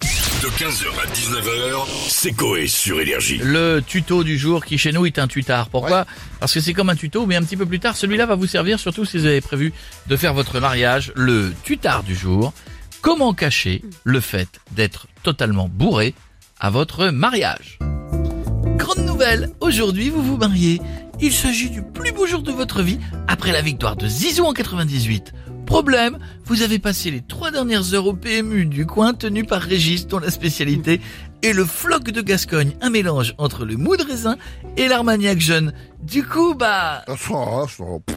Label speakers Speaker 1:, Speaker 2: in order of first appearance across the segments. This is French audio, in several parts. Speaker 1: De 15h à 19h, c'est Coé sur Énergie.
Speaker 2: Le tuto du jour qui chez nous est un tutard. Pourquoi Parce que c'est comme un tuto, mais un petit peu plus tard, celui-là va vous servir surtout si vous avez prévu de faire votre mariage. Le tutard du jour, comment cacher le fait d'être totalement bourré à votre mariage Grande nouvelle, aujourd'hui vous vous mariez. Il s'agit du plus beau jour de votre vie après la victoire de Zizou en 98. Problème, vous avez passé les trois dernières heures au PMU du coin tenu par Régis dont la spécialité est le floc de Gascogne, un mélange entre le mou de raisin et l'armagnac jeune. Du coup, bah,
Speaker 3: Ah, ça, ah, ça, pff.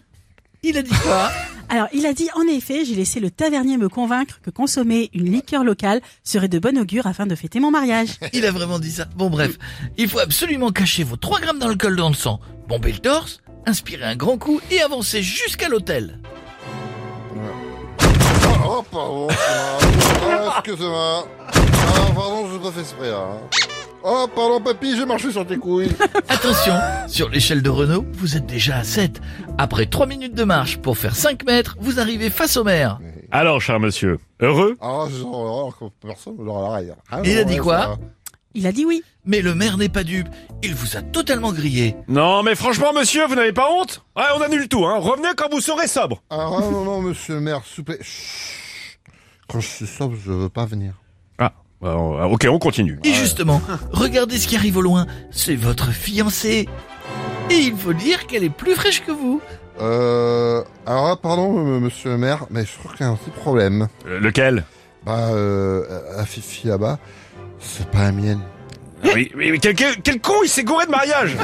Speaker 2: il a dit quoi
Speaker 4: Alors, il a dit en effet, j'ai laissé le tavernier me convaincre que consommer une liqueur locale serait de bon augure afin de fêter mon mariage.
Speaker 2: Il a vraiment dit ça. Bon bref, il faut absolument cacher vos 3 grammes d'alcool dans le sang, bomber le torse, inspirer un grand coup et avancer jusqu'à l'hôtel.
Speaker 3: Ah, oh, pardon. Ah, ah, Excusez-moi. Ah, pardon, je pas fait exprès, là. Oh, pardon, papy, j'ai marché sur tes couilles.
Speaker 2: Attention, sur l'échelle de Renault, vous êtes déjà à 7. Après 3 minutes de marche pour faire 5 mètres, vous arrivez face au maire.
Speaker 5: Alors, cher monsieur, heureux
Speaker 3: Ah, c'est horreur que personne ne leur arrive. Ah,
Speaker 2: Il a
Speaker 3: ouais,
Speaker 2: dit
Speaker 3: ça
Speaker 2: quoi
Speaker 3: va.
Speaker 4: Il a dit oui.
Speaker 2: Mais le maire n'est pas dupe, il vous a totalement grillé.
Speaker 5: Non, mais franchement, monsieur, vous n'avez pas honte Ouais, on annule tout, hein. Revenez quand vous serez sobre.
Speaker 3: Ah, ouais, non, non, monsieur le maire, s'il vous plaît. Chut. Quand je suis sobre, je veux pas venir.
Speaker 5: Ah, ok, on continue.
Speaker 2: Et justement, regardez ce qui arrive au loin, c'est votre fiancée. Et il faut dire qu'elle est plus fraîche que vous.
Speaker 3: Euh, alors, ah, pardon, m- monsieur le maire, mais je trouve qu'il y a un petit problème.
Speaker 5: Euh, lequel
Speaker 3: Bah, euh, la Fifi là-bas, c'est pas la mienne.
Speaker 5: Ah Oui, oui, oui, quel, quel- quel con, il s'est gouré de mariage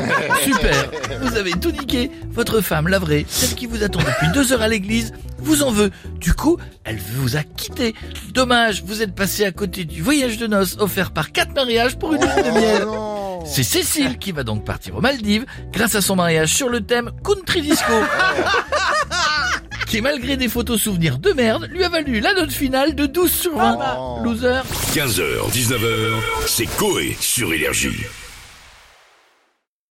Speaker 2: Super, vous avez tout niqué. Votre femme, la vraie, celle qui vous attend depuis deux heures à l'église, vous en veut. Du coup, elle vous a quitté. Dommage, vous êtes passé à côté du voyage de noces offert par quatre mariages pour une lune de miel.
Speaker 3: non
Speaker 2: Ah, C'est Cécile qui va donc partir aux Maldives grâce à son mariage sur le thème Country Disco. qui, malgré des photos souvenirs de merde, lui a valu la note finale de 12 sur 20. Loser.
Speaker 1: 15h, 19h, c'est Coé sur Énergie.